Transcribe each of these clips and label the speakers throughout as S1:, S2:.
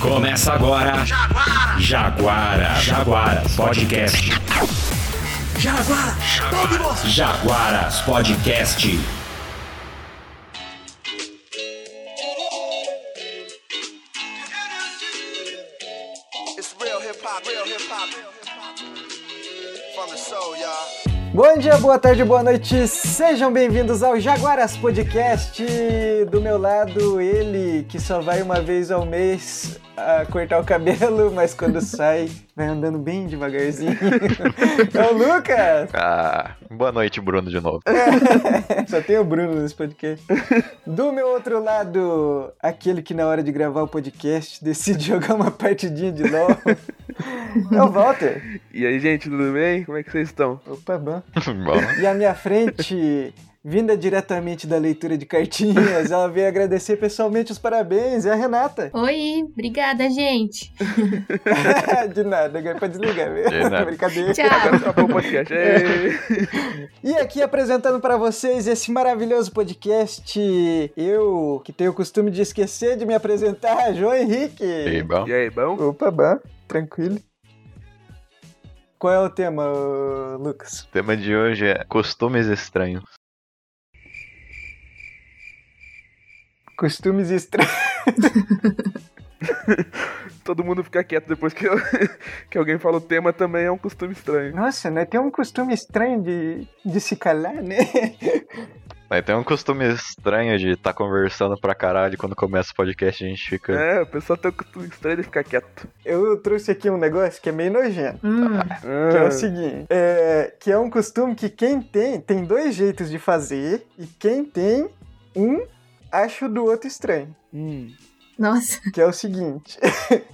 S1: Começa agora. Jaguara. Jaguara. Jaguaras Podcast.
S2: Jaguara, todo nosso.
S1: Jaguaras Podcast.
S2: It's real hip hop, real hip hop. From the soul, y'all.
S3: Bom dia, boa tarde, boa noite, sejam bem-vindos ao Jaguaras Podcast. Do meu lado, ele que só vai uma vez ao mês ah, cortar o cabelo, mas quando sai, vai andando bem devagarzinho. É o Lucas!
S4: Ah, boa noite, Bruno, de novo.
S3: Só tem o Bruno nesse podcast. Do meu outro lado, aquele que na hora de gravar o podcast decide jogar uma partidinha de LOL. É o Walter.
S5: E aí, gente, tudo bem? Como é que vocês estão?
S3: Opa, bom.
S4: Bom,
S3: E à minha frente, vinda diretamente da leitura de cartinhas, ela veio agradecer pessoalmente os parabéns, é a Renata.
S6: Oi, obrigada, gente.
S3: de nada, agora pode desligar, viu?
S4: De nada.
S3: Brincadeira.
S6: Tchau.
S5: Agora acabou o podcast.
S3: É.
S5: Ei.
S3: E aqui apresentando pra vocês esse maravilhoso podcast, eu que tenho o costume de esquecer de me apresentar, João Henrique.
S4: e bom.
S5: E aí, bom?
S3: Opa, bom, tranquilo. Qual é o tema, ô, Lucas?
S4: O tema de hoje é costumes estranhos.
S3: Costumes estranhos.
S5: Todo mundo fica quieto depois que, eu- que alguém fala o tema também é um costume estranho.
S3: Nossa, né? Tem um costume estranho de, de se calar, né?
S4: Mas tem um costume estranho de estar conversando pra caralho e quando começa o podcast a gente fica.
S5: É, o pessoal tem um costume estranho de ficar quieto.
S3: Eu trouxe aqui um negócio que é meio nojento.
S6: Hum,
S3: Que
S5: Ah,
S3: é o seguinte, é, que é um costume que quem tem, tem dois jeitos de fazer, e quem tem, um acha o do outro estranho.
S5: Hum.
S6: Nossa,
S3: Que é o seguinte,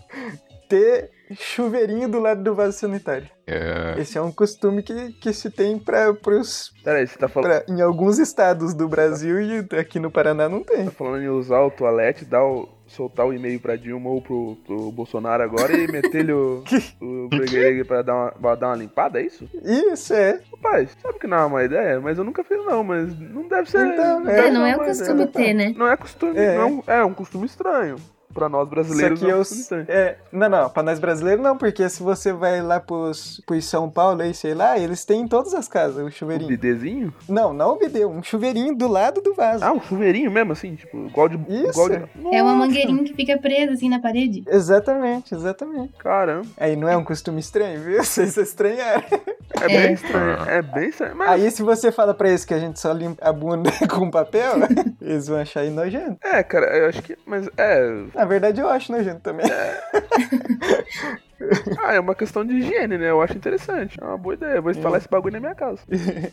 S3: ter chuveirinho do lado do vaso sanitário.
S4: É,
S3: Esse é um costume que, que se tem pra, pros,
S5: Peraí, você tá falando,
S3: pra- em alguns estados do Brasil e aqui no Paraná não tem.
S5: tá falando em usar o toalete, dar o, soltar o e-mail pra Dilma ou pro, pro Bolsonaro agora e meter-lhe o, o bregueregue pra dar, uma, pra dar uma limpada, é isso?
S3: Isso é.
S5: Rapaz, sabe que não é uma ideia, mas eu nunca fiz não, mas não deve ser.
S3: Então,
S5: não
S3: é.
S5: deve
S6: é, não
S5: ser
S6: é o
S5: uma
S6: costume
S5: ideia.
S6: ter, né?
S5: Não é costume,
S3: É.
S5: não. É um costume estranho. Pra nós
S3: Isso
S5: brasileiros
S3: aqui
S5: não é
S3: eu.
S5: um costume estranho.
S3: É, não, não, pra nós brasileiros não, porque se você vai lá pros, pros São Paulo aí, sei lá, eles têm em todas as casas o
S5: Um
S3: chuveirinho.
S5: bidezinho?
S3: Não, não o bidê, um chuveirinho do lado do vaso.
S5: Ah, um chuveirinho mesmo, assim, tipo, igual de.
S3: Isso.
S5: Igual de...
S6: É uma mangueirinha que fica presa assim na parede.
S3: Exatamente, exatamente.
S5: Caramba.
S3: Aí não é um costume estranho, viu? Vocês estranharam.
S5: É,
S6: É.
S5: bem estranho. É bem estranho. Mas
S3: Aí se você fala pra eles que a gente só limpa a bunda com papel, eles vão achar aí nojento.
S5: é, cara, eu acho que. Mas é.
S3: Na verdade eu acho nojento também.
S5: Ah, é uma questão de higiene, né? Eu acho interessante. É uma boa ideia. Eu vou
S3: Hum.
S5: instalar esse bagulho na minha casa.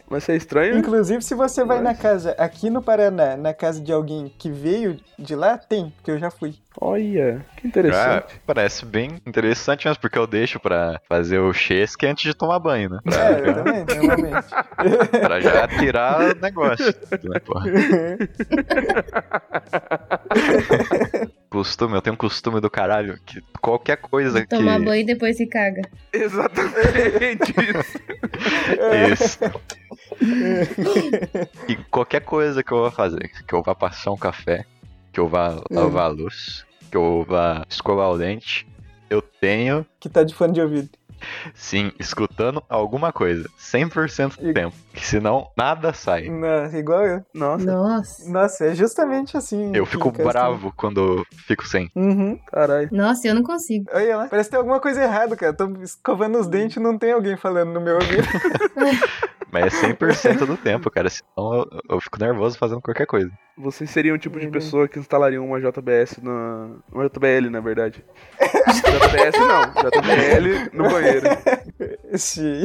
S5: Mas se é estranho.
S3: Inclusive, se você vai na
S5: Mas-
S3: casa, aqui no Paraná, na casa de alguém que veio de lá, tem, porque eu já fui.
S5: Olha,
S4: ah,
S5: que interessante.
S4: parece bem interessante mesmo, porque eu deixo pra fazer o chesque antes de tomar banho, né? Pra,
S3: É, eu também, normalmente.
S4: pra já tirar o negócio. né, porra. costume, eu tenho um costume do caralho que qualquer coisa que.
S6: Tomar banho e depois se caga.
S5: Exatamente isso.
S4: Isso. e qualquer coisa que eu vá fazer, que eu vá passar um café, que eu vá
S3: É.
S4: lavar a luz, que eu vá escovar o dente, eu tenho,
S3: que tá de fone de ouvido.
S4: sim, escutando alguma coisa, 100% do
S3: E- Hum,
S4: tempo, que senão nada sai.
S3: Nossa, Né, igual eu.
S5: Nossa,
S6: Nossa.
S3: Nossa, é justamente assim.
S4: Eu fico
S3: que eu
S4: bravo quando eu fico sem.
S3: estou. Uhum.
S5: caralho.
S6: Nossa, eu não consigo.
S3: Olha lá. Parece que tem alguma coisa errada, cara. Tô escovando os dentes e não tem alguém falando no meu ouvido.
S4: Mas é 100% do tempo, cara, senão eu, eu fico nervoso fazendo qualquer coisa.
S5: Vocês seriam o tipo de
S3: Uhum.
S5: pessoa que instalaria uma JBS na. Uma JBL, na verdade. JBS não, JBL no banheiro.
S3: Sim.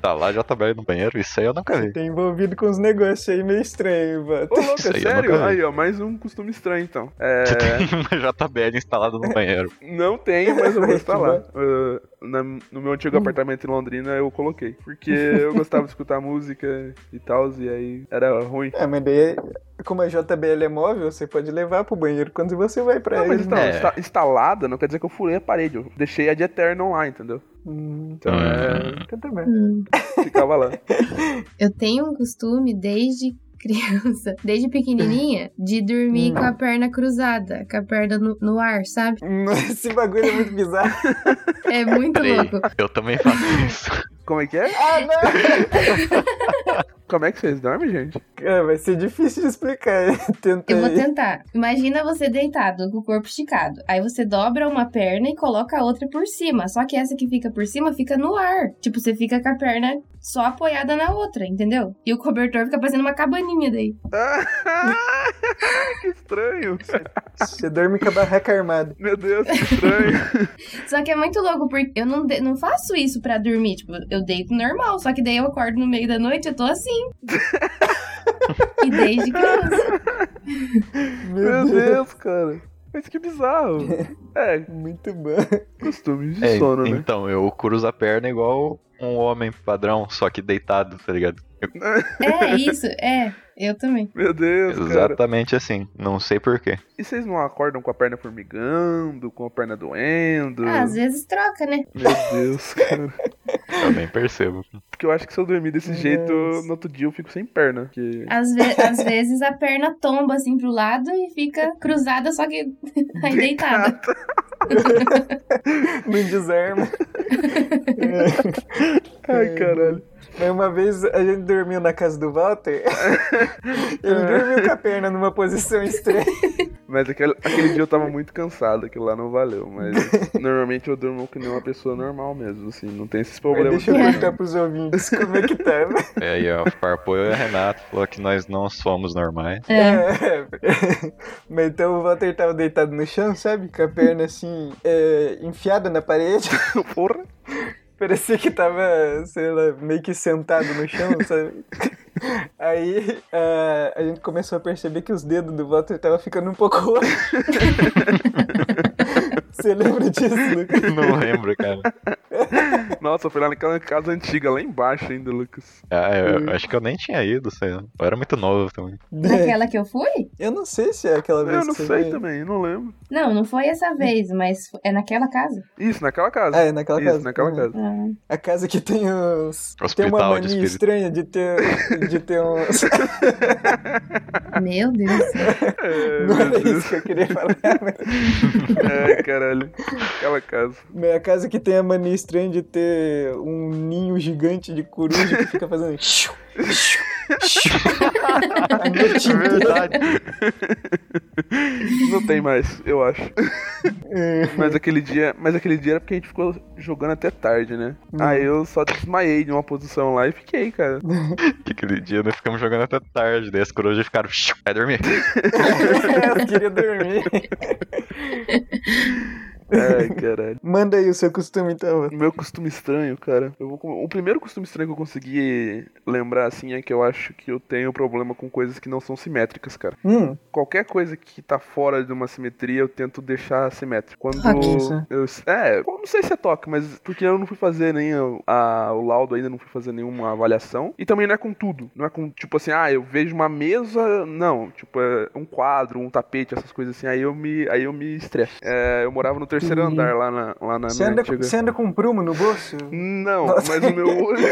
S4: Tá lá, já tá bem no banheiro, isso aí eu nunca vi.
S3: Tá envolvido com os negócios aí meio estranho, mano.
S5: Ô, louco,
S4: Isso
S5: é
S4: aí eu nunca
S5: sério?
S4: vi.
S5: Aí, ó, mais um costume estranho, então. É,
S4: Você tem uma JBL instalada no banheiro.
S5: não tenho, mas eu vou
S3: Vai,
S5: instalar. Ah, na- no meu antigo apartamento em Londrina, eu coloquei. Porque eu gostava de escutar música e tal, e aí era ruim.
S3: É, mas daí, como a JBL é móvel, você pode levar pro banheiro quando você vai pra
S5: Não, mas
S3: ele.
S5: então,
S4: É.
S5: insta- instalada não quer dizer que eu furei a parede, eu deixei a de Eternal lá, entendeu?
S3: Hum,
S5: Então,
S4: Hum.
S3: então tá bem.
S6: Hum.
S5: é, ficava lá.
S6: Eu tenho um costume desde criança, desde pequenininha, de dormir com a perna cruzada, com a perna no, no ar, sabe?
S3: Nossa, Esse bagulho é muito bizarro.
S6: É muito
S4: Peraí,
S6: louco.
S4: eu também faço isso.
S5: Como é que é?
S3: Ah, não!
S5: Como é que vocês dormem, gente?
S3: Cara, Ah, vai ser difícil de explicar. Tentei.
S6: Eu vou tentar. Imagina você deitado, com o corpo esticado. Aí você dobra uma perna e coloca a outra por cima. Só que essa que fica por cima fica no ar. Tipo, você fica com a perna só apoiada na outra, entendeu? E o cobertor fica parecendo uma cabaninha daí.
S5: que estranho.
S3: Você dorme com a barraca armada.
S5: Meu Deus, que estranho.
S6: Só que é muito louco, porque eu não, de- não faço isso pra dormir. Tipo, eu deito normal, só que daí eu acordo no meio da noite, eu tô assim. e desde criança.
S5: Meu Deus, cara. Mas que bizarro. É,
S3: Muito bom.
S5: costumes de
S4: É,
S5: sono, né?
S4: então, eu cruzo a perna igual um homem padrão, só que deitado, tá ligado? Eu-
S6: É, isso, é. Eu também.
S5: Meu Deus, cara.
S4: exatamente assim. Não sei porquê.
S5: E vocês não acordam com a perna formigando, com a perna doendo?
S6: Ah, às vezes troca, né?
S5: Meu Deus, cara.
S4: Eu nem percebo.
S5: Porque eu acho que se eu dormir desse
S3: Meu
S5: jeito,
S3: Deus.
S5: no outro dia eu fico sem perna. Porque...
S6: Às, ve- às vezes a perna tomba assim pro lado e fica cruzada, só que aí deitada.
S3: Não desarma. É,
S5: Ai, caralho.
S3: Mas uma vez a gente dormiu na casa do Walter. Ele
S5: É.
S3: dormiu com a perna numa posição estranha.
S5: Mas aquele, aquele dia eu tava muito cansado, aquilo lá não valeu. Mas normalmente eu durmo que nem uma pessoa normal mesmo, assim, não tem esses
S3: Mas
S5: problemas.
S3: Deixa eu
S5: também,
S3: perguntar pros ouvintes como é que tava.
S4: E aí, ó, Farpou eu e a Renata falou que nós não somos normais.
S6: É.
S3: É. Mas então o Walter tava deitado no chão, sabe? Com a perna assim, é, enfiada na parede.
S5: não. Porra!
S3: Parecia que tava, sei lá, meio que sentado no chão, sabe? Aí ah, a gente começou a perceber que os dedos do Walter tava ficando um pouco roxo. Você lembra disso, né? Lucas?
S4: Não lembro, cara.
S5: Nossa, foi lá naquela casa antiga, lá embaixo ainda, Lucas.
S4: Ah, eu, eu acho que eu nem tinha ido, sei lá. Eu era muito novo também.
S5: É.
S6: Naquela que eu fui?
S3: Eu não sei se é aquela vez
S5: Eu não
S3: que você
S5: sei
S3: veio.
S5: também, não lembro.
S6: Não, não foi essa vez, mas é naquela casa.
S5: Isso, naquela casa.
S3: Ah, é naquela
S5: Isso,
S3: casa.
S5: naquela
S3: Uhum.
S5: casa.
S6: Ah.
S3: A casa que tem uns... Tem uma
S4: Hospital de
S3: mania
S4: espírito.
S3: estranha de ter, de ter uns...
S5: Ah.
S6: Meu Deus.
S5: É,
S3: Não
S5: meu
S3: era
S5: Deus.
S3: isso que eu queria falar, mas-
S5: Ai, caralho. Aquela casa.
S3: mas a casa que tem a mania estranha de ter um ninho gigante de coruja que fica fazendo. xiu, xiu, xiu. A noite
S4: É
S3: inteira.
S4: verdade.
S5: Não tem mais, eu acho. Mas aquele dia, mas aquele dia era porque a gente ficou jogando até tarde, né?
S3: Uhum.
S5: Aí eu só desmaiei de uma posição lá e fiquei, cara.
S4: Que Aquele dia nós ficamos jogando até tarde, daí as corujas ficaram. Vai dormir.
S3: Eu queria dormir.
S5: Ai, caralho.
S3: Manda aí o seu costume então.
S5: O meu costume estranho, cara. Eu vou com- O primeiro costume estranho que eu consegui lembrar, assim, é que eu acho que eu tenho problema com coisas que não são simétricas, cara.
S3: Hum,
S5: Qualquer coisa que tá fora de uma simetria, eu tento deixar simétrico. Quando.
S6: Toque,
S3: isso.
S5: eu, é, eu não sei se é toque, mas porque eu não fui fazer nem o- a, o laudo ainda, não fui fazer nenhuma avaliação. E também não é com tudo. Não é com, tipo assim, ah, eu vejo uma mesa. Não, tipo, é um quadro, um tapete, essas coisas assim. Aí eu me, aí eu me estresso. É, eu morava no terceiro
S3: Entendi.
S5: andar lá na, lá na
S3: você,
S5: minha
S3: anda,
S5: antiga.
S3: você anda com um prumo no bolso?
S5: Não,
S3: Nossa.
S5: mas o meu olho.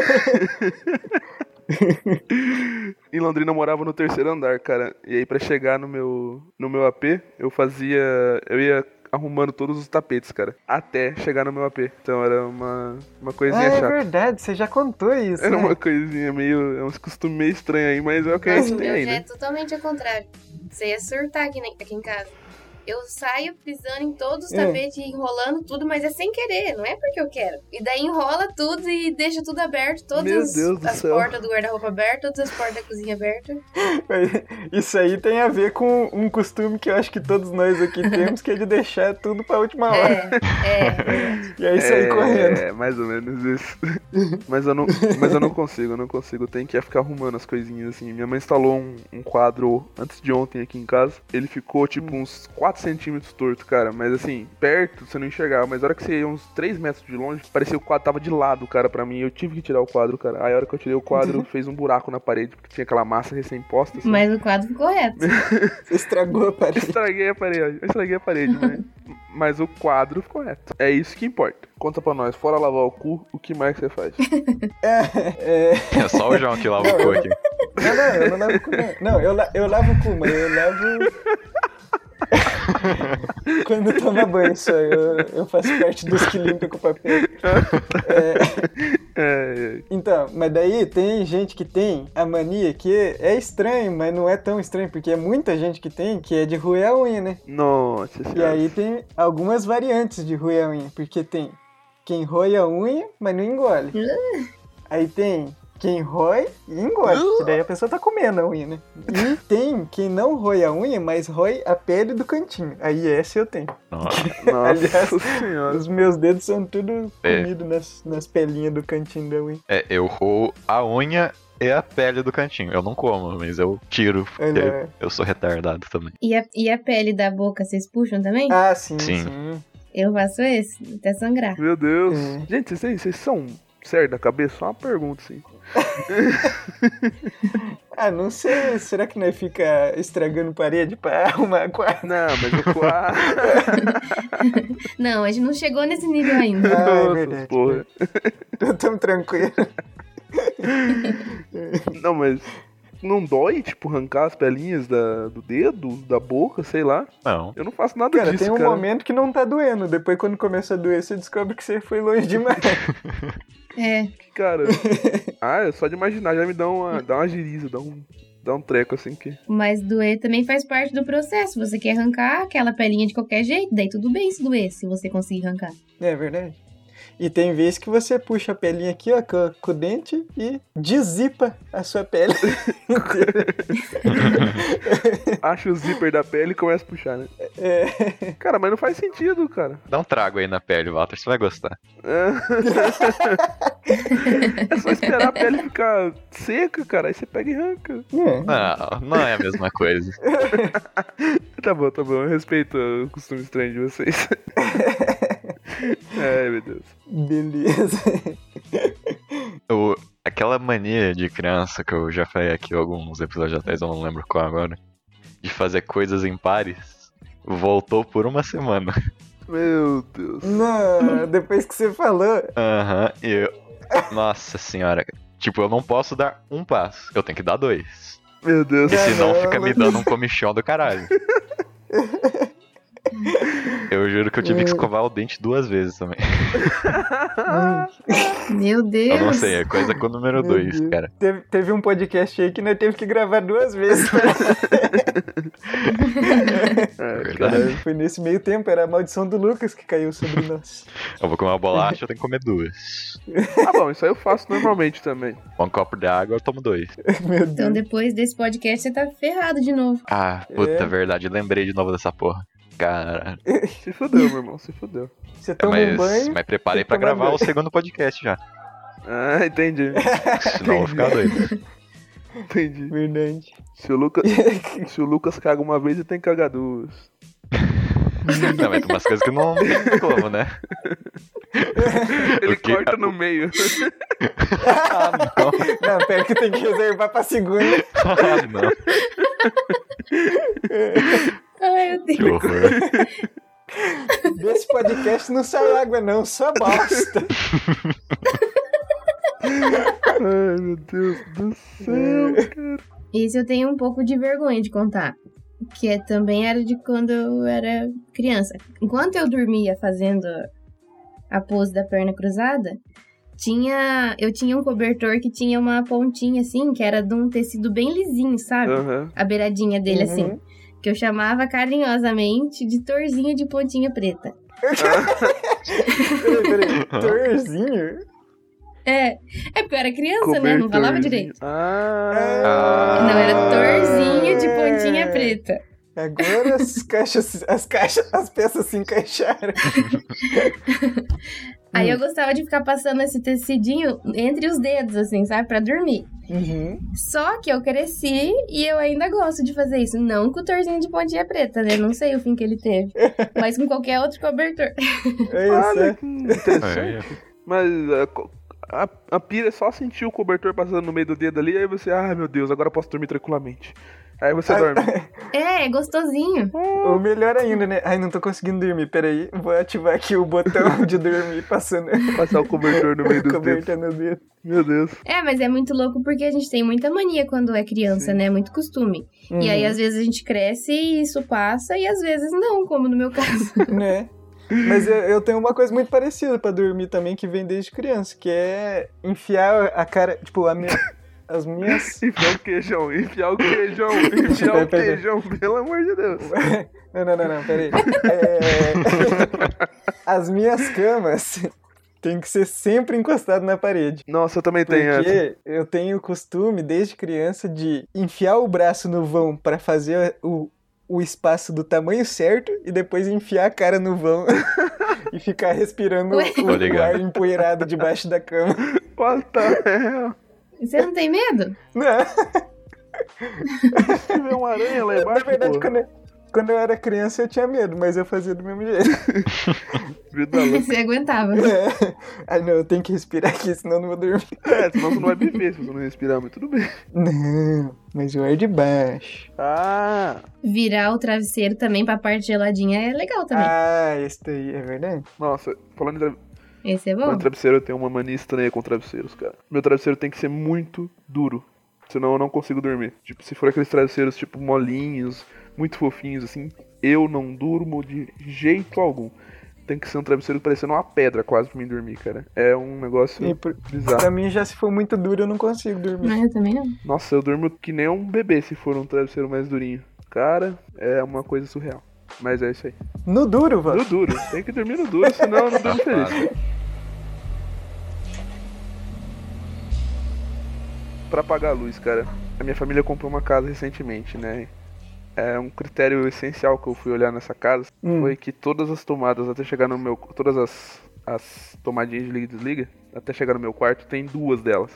S5: em Londrina eu morava no terceiro andar, cara. E aí pra chegar no meu no meu AP, eu fazia, eu ia arrumando todos os tapetes, cara, até chegar no meu AP. Então era uma uma
S3: Ah,
S5: coisinha
S3: é
S5: chata.
S3: verdade, você já contou isso.
S5: Era
S3: né?
S5: uma coisinha meio. É uns costumes meio estranhos aí, mas é o que a
S6: Nossa,
S5: gente tem
S6: meu
S5: aí,
S6: já é
S5: né?
S6: totalmente ao contrário. Você ia surtar aqui, na- aqui em casa. Eu saio pisando em todos os
S3: É.
S6: tapetes, enrolando tudo, mas é sem querer, não é porque eu quero. E daí enrola tudo e deixa tudo aberto, todas
S5: Meu
S6: as,
S5: Deus do
S6: as
S5: céu.
S6: portas do guarda-roupa abertas, todas as portas da cozinha abertas.
S3: Isso aí tem a ver com um costume que eu acho que todos nós aqui temos, que é de deixar tudo pra última hora.
S6: É, é.
S3: E aí sair correndo.
S5: É, mais ou menos isso. mas, eu não, mas eu não consigo, eu não consigo. Eu tenho que ficar arrumando as coisinhas assim. Minha mãe instalou um, um quadro antes de ontem aqui em casa. Ele ficou tipo
S3: Hum.
S5: uns 4 centímetros torto, cara. Mas assim, perto você não enxergava. Mas a hora que você ia uns 3 metros de longe, parecia que o quadro tava de lado, cara, pra mim. Eu tive que tirar o quadro, cara. Aí a hora que eu tirei o quadro, fez um buraco na parede, porque tinha aquela massa recém-posta. Assim.
S6: Mas o quadro ficou reto.
S3: Você estragou a parede.
S5: Estraguei a parede, eu estraguei a parede, mas, mas o quadro ficou reto. É isso que importa. Conta pra nós, fora lavar o cu, o que mais que você faz?
S3: É, é,
S4: É só o João que lava o cu aqui.
S3: Não, não, eu não levo cu, não. Não, eu, le- eu levo cu, mas eu levo. Quando toma banho só, eu, eu faço parte dos que limpam com papel.
S5: É, é,
S3: Então, mas daí tem gente que tem a mania que é estranho, mas não é tão estranho, porque é muita gente que tem que é de roer a unha, né?
S5: nossa
S3: E
S4: É.
S5: senhora.
S3: aí tem algumas variantes de roer a unha, porque tem quem roe a unha, mas não engole.
S4: É.
S3: Aí tem quem rói e engole, que daí a pessoa tá comendo a unha, né? E tem quem não rói a unha, mas rói a pele do cantinho. Aí essa eu tenho.
S5: Nossa
S3: Aliás,
S5: senhora.
S3: Os meus dedos são tudo
S4: É.
S3: comidos nas, nas pelinhas do cantinho da unha.
S4: É, eu roo a unha e a pele do cantinho. Eu não como, mas eu tiro, porque
S3: Olha.
S4: eu sou retardado também.
S6: E a, e a pele da boca, vocês puxam também?
S3: Ah, sim,
S4: Sim.
S3: sim.
S6: Eu faço esse, até sangrar.
S5: Meu Deus.
S3: É.
S5: Gente, vocês, vocês são sérios da cabeça? Só uma pergunta, assim.
S3: Ah, não sei. Será que não é fica estragando parede pra arrumar a quadra?
S5: Não, mas eu Ah, quase.
S6: Não, a gente não chegou nesse nível ainda.
S3: Ah, é verdade.
S5: porra.
S3: Eu tô tranquilo.
S5: Não, mas não dói, tipo, arrancar as pelinhas da, do dedo, da boca, sei lá.
S4: Não.
S5: Eu não faço nada
S3: Cara,
S5: disso,
S3: tem um
S5: cara.
S3: momento que não tá doendo. Depois, quando começa a doer, você descobre que você foi longe demais.
S6: É.
S5: Cara, ah, é só de imaginar, já me dá uma, dá uma giriza, dá um, dá um treco, assim, que...
S6: Mas doer também faz parte do processo. Você quer arrancar aquela pelinha de qualquer jeito, daí tudo bem se doer, se você conseguir arrancar.
S3: é verdade. E tem vezes que você puxa a pelinha aqui, ó, com, com o dente e dezipa a sua pele.
S5: Acha o zíper da pele e começa a puxar, né?
S3: É,
S5: Cara, mas não faz sentido, cara.
S4: Dá um trago aí na pele, Walter, você vai gostar.
S5: É, É só esperar a pele ficar seca, cara, aí você pega e arranca.
S3: é.
S4: Não, não é a mesma coisa.
S5: Tá bom, tá bom, eu respeito o costume estranho de vocês. Ai, meu Deus.
S3: Beleza.
S4: O- aquela mania de criança que eu já falei aqui alguns episódios atrás, eu não lembro qual agora, de fazer coisas em pares, voltou por uma semana.
S5: Meu Deus.
S3: Não, depois que você falou.
S4: Aham, e eu. Nossa senhora. Tipo, eu não posso dar um passo, eu tenho que dar dois.
S5: Meu Deus.
S4: E senão fica
S3: Caramba.
S4: me dando um comichão do caralho. Eu juro que eu
S3: É.
S4: tive que escovar o dente duas vezes também.
S6: Meu Deus!
S4: Eu não sei, é coisa com o número
S3: Meu
S4: dois,
S3: Deus.
S4: cara.
S3: Teve, teve um podcast aí que nós teve que gravar duas vezes.
S5: Ai,
S4: Verdade.
S5: caralho.
S3: Foi nesse meio tempo, era a maldição do Lucas que caiu sobre nós.
S4: Eu vou comer uma bolacha, eu tenho que comer duas.
S5: Ah, bom, isso aí eu faço normalmente também.
S4: Um copo de água, eu tomo dois.
S3: Meu
S6: Então
S3: Deus.
S6: depois desse podcast você tá ferrado de novo.
S4: Ah, puta,
S3: É.
S4: verdade. Lembrei de novo dessa porra. Cara,
S5: Se fodeu, meu irmão, se fodeu.
S3: Você
S4: é,
S3: toma um
S4: mas,
S3: banho.
S4: mas preparei
S3: tem que
S4: pra
S3: tomar
S4: gravar
S3: banho.
S4: o segundo podcast já.
S5: Ah, entendi,
S4: Senão eu vou ficar doido.
S5: entendi.
S3: Verdade.
S5: Se o Lucas, se o Lucas caga uma vez, eu tenho que cagar duas.
S4: Não, mas tem umas coisas que não tem como, né?
S5: Ele
S4: O quê?
S5: corta no meio.
S4: Ah, não.
S3: Não, pera que tem que reservar pra segunda.
S4: Ah, não.
S6: Ai, meu
S4: Que
S6: Deus.
S4: horror.
S3: Desse podcast não sai água, não, só bosta.
S5: Ai, meu Deus do céu.
S6: Isso eu tenho um pouco de vergonha de contar. Que é- também era de quando eu era criança. Enquanto eu dormia fazendo a pose da perna cruzada, tinha eu tinha um cobertor que tinha uma pontinha assim, que era de um tecido bem lisinho, sabe?
S3: né?
S5: Aham.
S6: a beiradinha dele
S3: Uhum.
S6: assim, que eu chamava carinhosamente de torzinho de pontinha preta.
S3: Peraí, peraí. Torzinho?
S6: É, é porque eu era criança, né? Não falava
S5: Cobertorzinho.
S6: direito.
S5: Ah,
S6: Não, era
S3: Ah.
S6: torzinho de pontinha preta.
S3: É, Agora as caixas, as caixas, as peças se encaixaram.
S6: Aí eu gostava de ficar passando esse tecidinho entre os dedos, assim, sabe? Pra dormir.
S3: Uhum.
S6: Só que eu cresci e eu ainda gosto de fazer isso. Não com o torzinho de pontinha preta, né? Não sei o fim que ele teve. Mas com qualquer outro cobertor.
S3: É isso,
S5: Olha
S3: é.
S5: que interessante.
S4: É,
S5: Mas é, co- a, a pira é só sentir o cobertor passando no meio do dedo ali, aí você, ah, meu Deus, agora eu posso dormir tranquilamente. Aí você
S3: Ai.
S5: dorme.
S6: É, é gostosinho.
S3: Ou melhor ainda, né? Ai, não tô conseguindo dormir, peraí. Vou ativar aqui o botão de dormir passando
S5: Passar o cobertor no meio dos dedos.
S3: coberta no dedo.
S5: Meu Deus.
S6: É, mas é muito louco porque a gente tem muita mania quando é criança, né? Muito costume. E
S3: Uhum.
S6: aí, às vezes, a gente cresce e isso passa, e às vezes não, como no meu caso.
S3: né? Mas eu, eu tenho uma coisa muito parecida pra dormir também, que vem desde criança, que é enfiar a cara, tipo, a minha, as minhas...
S5: Enfiar o queijão, enfiar o queijão, enfiar
S3: Pera, pera,
S5: o
S3: pera.
S5: queijão, pelo amor de Deus.
S3: Não, não, não, não, peraí. É, As minhas camas têm que ser sempre encostadas na parede.
S5: Nossa, eu também tenho essa.
S3: Porque eu tenho o costume, desde criança, de enfiar o braço no vão pra fazer o, o espaço do tamanho certo e depois enfiar a cara no vão e ficar respirando o,
S6: Ué.
S4: Tô
S3: o
S4: ligado.
S3: ar empoeirado debaixo da cama.
S5: What the hell?
S6: Você não tem medo?
S3: Não,
S5: Se tiver uma aranha lá
S3: na
S5: embaixo,
S3: verdade,
S5: pô,
S3: quando eu, quando eu era criança eu tinha medo, mas eu fazia do mesmo jeito.
S5: vida louca.
S6: Você aguentava.
S3: É. Ai não, eu tenho que respirar aqui, senão eu não vou dormir.
S5: É, senão você não vai viver se você não respirar, mas tudo bem.
S3: Não, mas o ar de baixo.
S5: Ah,
S6: Virar o travesseiro também pra parte geladinha é legal também.
S3: Ah, isso daí é verdade?
S5: nossa, falando em, tra...
S6: Esse é bom.
S5: falando em travesseiro, eu tenho uma mania estranha com travesseiros, cara. Meu travesseiro tem que ser muito duro, senão eu não consigo dormir. Tipo, se for aqueles travesseiros, tipo, molinhos, muito fofinhos, assim, eu não durmo de jeito algum. Tem que ser um travesseiro parecendo uma pedra quase pra mim dormir, cara. É um negócio
S3: E por-
S5: bizarro.
S3: Pra mim, já se for muito duro, eu não consigo dormir.
S6: Não, eu também não.
S5: Nossa, eu durmo que nem um bebê se for um travesseiro mais durinho. Cara, é uma coisa surreal. Mas é isso aí.
S3: No duro,
S5: No
S3: mano.
S5: duro, tem que dormir no duro, senão eu não durmo feliz. Pra apagar a luz, cara. A minha família comprou uma casa recentemente, né? É um critério essencial que eu fui olhar nessa casa
S3: Hum.
S5: foi que todas as tomadas até chegar no meu todas as as tomadinhas de liga e desliga até chegar no meu quarto tem duas delas.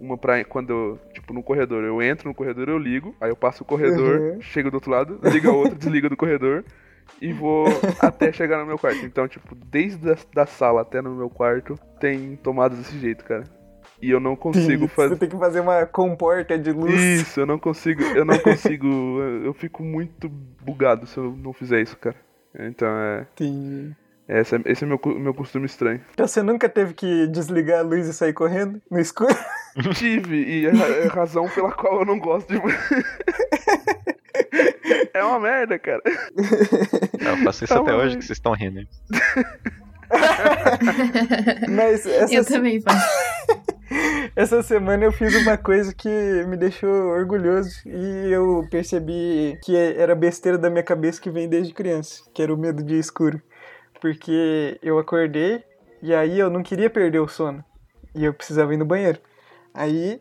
S5: Uma pra quando eu, tipo no corredor, eu entro no corredor, eu ligo, aí eu passo o corredor,
S3: Uhum.
S5: chego do outro lado, liga a outra, desliga do corredor e vou até chegar no meu quarto. Então, tipo, desde a, da sala até no meu quarto tem tomadas desse jeito, cara. E eu não consigo
S3: Isso, é
S5: fazer
S3: Você tem que fazer uma comporta de luz.
S5: isso, eu não consigo, eu não consigo, eu eu fico muito bugado se eu não fizer isso, cara. Então é,
S3: Entendi.
S5: essa- esse é meu, cu- meu costume estranho.
S3: Então você nunca teve que desligar a luz e sair correndo no escuro?
S5: Tive, e é ra- é a razão pela qual eu não gosto de. é uma merda, cara.
S4: Eu faço isso
S5: Tá
S4: até
S5: bom.
S4: hoje que vocês estão rindo. hein?
S3: Mas essa,
S6: Eu
S3: se-
S6: também faço.
S3: essa semana eu fiz uma coisa que me deixou orgulhoso e eu percebi que era besteira da minha cabeça que vem desde criança, que era o medo de escuro. Porque eu acordei e aí eu não queria perder o sono e eu precisava ir no banheiro. Aí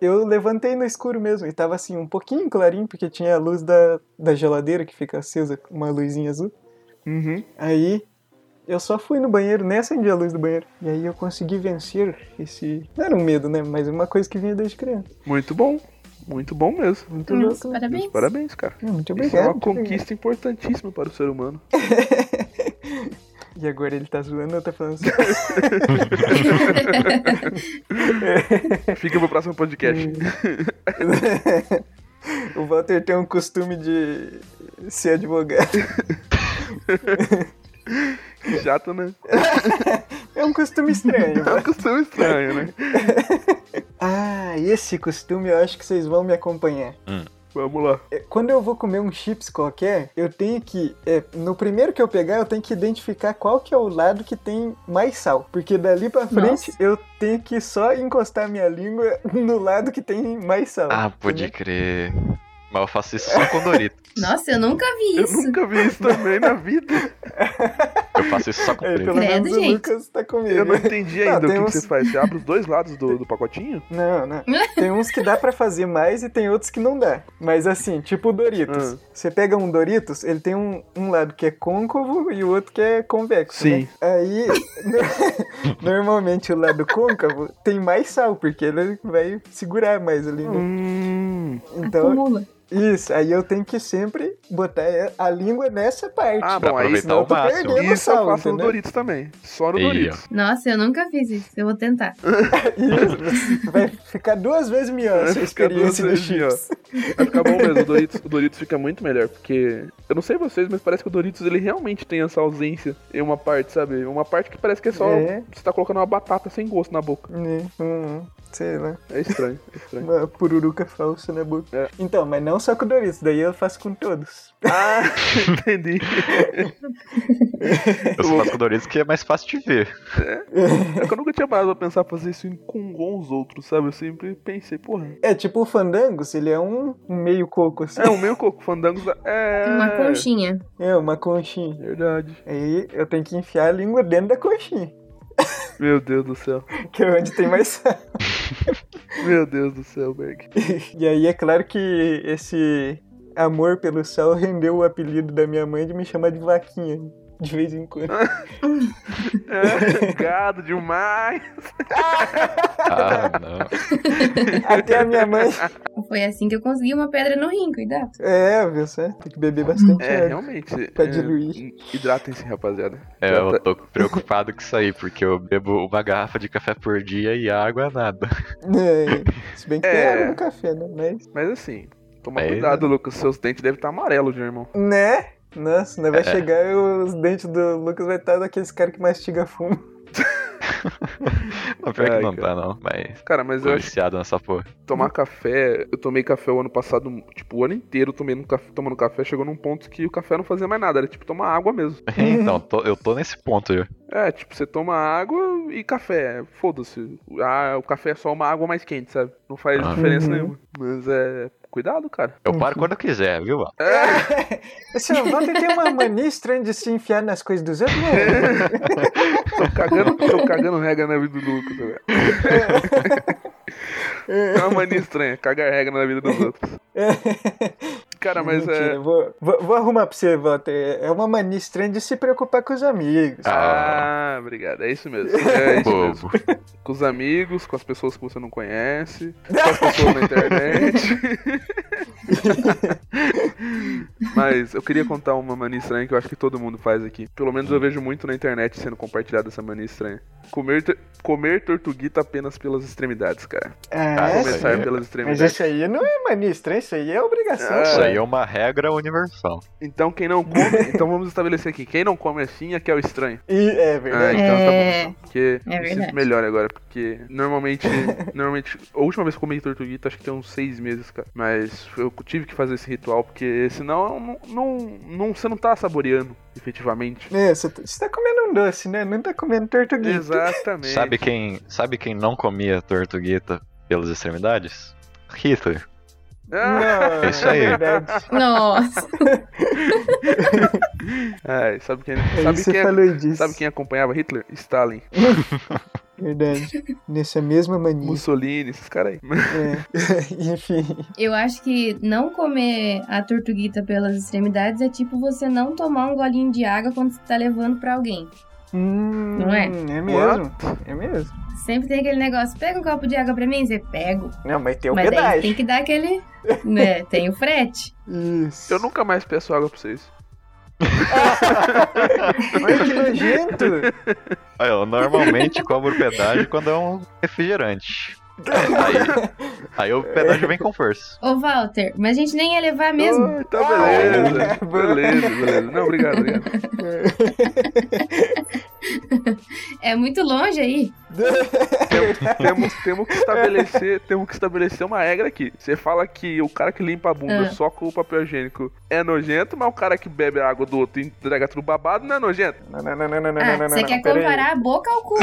S3: eu levantei no escuro mesmo e tava assim um pouquinho clarinho porque tinha a luz da, da geladeira que fica acesa, uma luzinha azul.
S5: Uhum.
S3: Aí eu só fui no banheiro, nem acendi a luz do banheiro. E aí eu consegui vencer esse. Não era um medo, né? Mas uma coisa que vinha desde criança.
S5: Muito bom. Muito bom mesmo. Muito bom.
S6: Nossa, parabéns.
S5: Meus Parabéns, cara.
S3: Não, Ah, muito
S5: Isso é
S3: obrigado.
S5: uma conquista importantíssima para o ser humano.
S3: E agora ele tá zoando, eu tô falando assim.
S5: Fica pro próximo podcast.
S3: Uhum. o Walter tem um costume de ser advogado.
S5: Que Chato, né?
S3: É um costume estranho.
S5: É um costume estranho, né?
S3: ah, esse costume eu acho que vocês vão me acompanhar.
S5: Vamos lá.
S3: É, Quando eu vou comer um chips qualquer, eu tenho que. é, no primeiro que eu pegar, eu tenho que identificar qual que é o lado que tem mais sal. Porque dali pra frente, eu tenho que só encostar minha língua no lado que tem mais sal.
S4: Ah,
S5: Tá
S4: pode
S3: entendeu?
S4: crer. Mas eu faço isso só com Dorito.
S6: Nossa, eu nunca vi
S5: Eu
S6: isso.
S5: nunca vi isso também na vida.
S4: Eu faço isso só com
S3: É, pelo
S4: preto.
S6: Credo,
S3: menos o
S6: gente.
S3: Lucas tá comigo.
S5: Eu não entendi
S3: Não,
S5: ainda o
S3: Ah, tem
S5: que, que
S3: uns-
S5: você faz. Você abre os dois lados do, do pacotinho?
S3: Não, não. Tem uns que dá pra fazer mais e tem outros que não dá. Mas assim, tipo o Doritos.
S5: Ah.
S3: Você pega um Doritos, ele tem um, um lado que é côncavo e o outro que é convexo.
S5: Sim.
S3: né? Aí, no- normalmente o lado côncavo tem mais sal, porque ele vai segurar mais ali, né?
S5: Hum.
S3: Então,
S6: Acumula.
S3: Isso, aí eu tenho que sempre botar a língua nessa parte.
S5: Ah,
S4: Pra
S5: bom, aí
S4: aproveitar
S3: senão
S4: o
S3: eu tô
S4: máximo.
S3: perdendo
S5: Então, Isso eu
S3: sal,
S5: faço no
S3: entendeu?
S5: Doritos também. Só no
S4: Aí, ó.
S5: Doritos.
S6: Nossa, eu nunca fiz isso. Eu vou tentar.
S3: Isso, vai ficar duas vezes melhor essa
S5: Vai ficar duas
S3: experiência do
S5: vezes melhor.
S3: chips.
S5: Vai ficar bom mesmo, o Doritos, o Doritos fica muito melhor, porque... Eu não sei vocês, mas parece que o Doritos, ele realmente tem essa ausência em uma parte, sabe? Uma parte que parece que é só...
S3: É.
S5: Você tá colocando uma batata sem gosto na boca.
S3: Né, hum, sei lá,
S5: É estranho, é estranho.
S3: uma pururuca falsa na boca.
S5: É.
S3: Então, mas não só com Doritos, daí eu faço com todos.
S5: ah, entendi.
S4: Eu só faço com Doritos que é mais fácil de ver.
S5: É que eu nunca tinha parado pra pensar fazer isso em- com os outros, sabe? Eu sempre pensei, porra...
S3: É tipo o fandangos, ele é um um meio coco assim.
S5: É, o meu coco fandangos é...
S6: Uma conchinha.
S3: É, uma conchinha.
S5: Verdade.
S3: Aí eu tenho que enfiar a língua dentro da conchinha,
S5: Meu Deus do céu.
S3: que é onde tem mais sal.
S5: Meu Deus do céu, Berg.
S3: E aí é claro que esse amor pelo sal rendeu o apelido da minha mãe de me chamar de vaquinha de vez em quando.
S5: É, gado demais.
S4: Ah, não.
S3: Até a minha mãe.
S6: Foi assim que eu consegui uma pedra no rim, cuidado.
S3: É, viu, sabe? Tem que beber bastante
S5: É,
S3: água.
S5: realmente.
S3: Pra
S5: é,
S3: diluir.
S5: Hidratem-se, rapaziada.
S4: É, eu tô preocupado com isso aí, porque eu bebo uma garrafa de café por dia e água nada.
S3: É, se bem que tem
S5: É.
S3: água no café, né? Mas.
S5: Mas assim, toma
S4: Mas-
S5: cuidado, Lucas. Seus dentes devem estar amarelos, meu irmão.
S3: Né? Nossa, né? vai
S5: É.
S3: chegar e os dentes do Lucas vai estar daqueles caras que mastiga fumo.
S4: Não, pior que
S5: Ai,
S4: não tá,
S5: cara.
S4: não. Mas
S5: Cara, mas
S4: tô
S5: eu acho
S4: viciado nessa porra.
S5: que tomar café. Eu tomei café o ano passado, tipo, o ano inteiro tomando café, tomando café. Chegou num ponto que o café não fazia mais nada. Era tipo tomar água mesmo.
S4: Então, tô- eu tô nesse ponto aí.
S5: É, tipo, você toma água e café. Foda-se. Ah, o café é só uma água mais quente, sabe? Não faz
S4: Ah.
S5: diferença
S3: Uhum.
S5: nenhuma. Mas é. Cuidado, cara.
S4: Eu paro quando eu quiser, viu? mano?
S3: Esse Walter tem uma mania estranha de se enfiar nas coisas dos outros, né?
S5: Tô cagando, tô cagando regra na vida do Lucas, velho. É uma mania estranha, cagar regra na vida dos outros. Cara, mas
S3: É. Mentira,
S5: é.
S3: Vou, vou- vou arrumar pra você, Walter. É uma mania estranha de se preocupar com os amigos.
S5: Ah, obrigado. É isso mesmo. É isso mesmo.
S4: Bobo.
S5: Com os amigos, com as pessoas que você não conhece, com as pessoas na internet. Mas eu queria contar uma mania estranha que eu acho que todo mundo faz aqui. Pelo menos eu vejo muito na internet sendo compartilhada essa mania estranha. Comer, tor- comer tortuguita apenas pelas extremidades, cara.
S3: Ah,
S4: Essa
S5: Começar
S4: aí é-
S5: pelas
S3: Mas
S5: extremidades.
S3: isso aí não é mania estranha, isso aí é obrigação.
S5: Ah.
S4: Isso
S3: cara.
S4: aí é uma regra universal.
S5: Então quem não come, então vamos estabelecer aqui, quem não come assim é que é o estranho.
S3: E- é
S5: Ah,
S3: verdade.
S5: então tá bom.
S6: É.
S5: Porque
S6: É
S5: eu
S6: verdade.
S5: sinto melhor agora, porque normalmente, normalmente, a última vez que eu comi tortuguita acho que tem uns seis meses, cara. Mas eu tive que fazer esse ritual, porque senão não, não, não- você não tá saboreando, efetivamente.
S3: É, você, tá, você tá comendo um doce, né? Não tá comendo tortuguita.
S5: Exatamente.
S4: Sabe quem, sabe quem não comia tortuguita pelas extremidades? Hitler.
S5: Ah,
S3: Não,
S4: É isso aí.
S3: é verdade.
S6: Nossa.
S5: ai, É, sabe quem,
S4: É
S3: Aí
S5: sabe
S3: você
S5: quem, é,
S3: falou disso.
S5: sabe quem é- acompanhava Hitler? Stalin,
S3: Verdade. Nessa mesma mania.
S5: Mussolini, esses caras aí.
S3: É. Enfim.
S6: Eu acho que não comer a tortuguita pelas extremidades é tipo você não tomar um golinho de água quando você tá levando pra alguém.
S3: Hum,
S6: Não é?
S3: É mesmo. É mesmo.
S6: Sempre tem aquele negócio, pega um copo de água pra mim, você pega.
S3: Não, mas tem É o
S6: Mas daí
S3: pedágio.
S6: tem que dar aquele. né, tem o frete.
S3: Isso.
S5: Eu nunca mais peço água pra vocês.
S3: Olha que nojento.
S4: Aí Eu normalmente cobro pedágio quando é um refrigerante. Aí, aí o pedágio vem com força.
S6: Ô, Walter, mas a gente nem ia levar mesmo.
S5: Ah, tá
S3: Ah,
S5: beleza.
S3: é.
S5: beleza, beleza. Não, obrigado, obrigado.
S6: É muito longe aí.
S5: Tem- temos, temos, que estabelecer, temos que estabelecer uma regra aqui. Você fala que o cara que limpa a bunda
S6: Ah.
S5: só com o papel higiênico é nojento, mas o cara que bebe a água do outro e entrega tudo babado não é nojento.
S3: Não, não, não, não, não, não,
S6: ah,
S3: não, não.
S6: você
S3: não,
S6: quer
S3: pera aí.
S6: comparar a boca ao cu.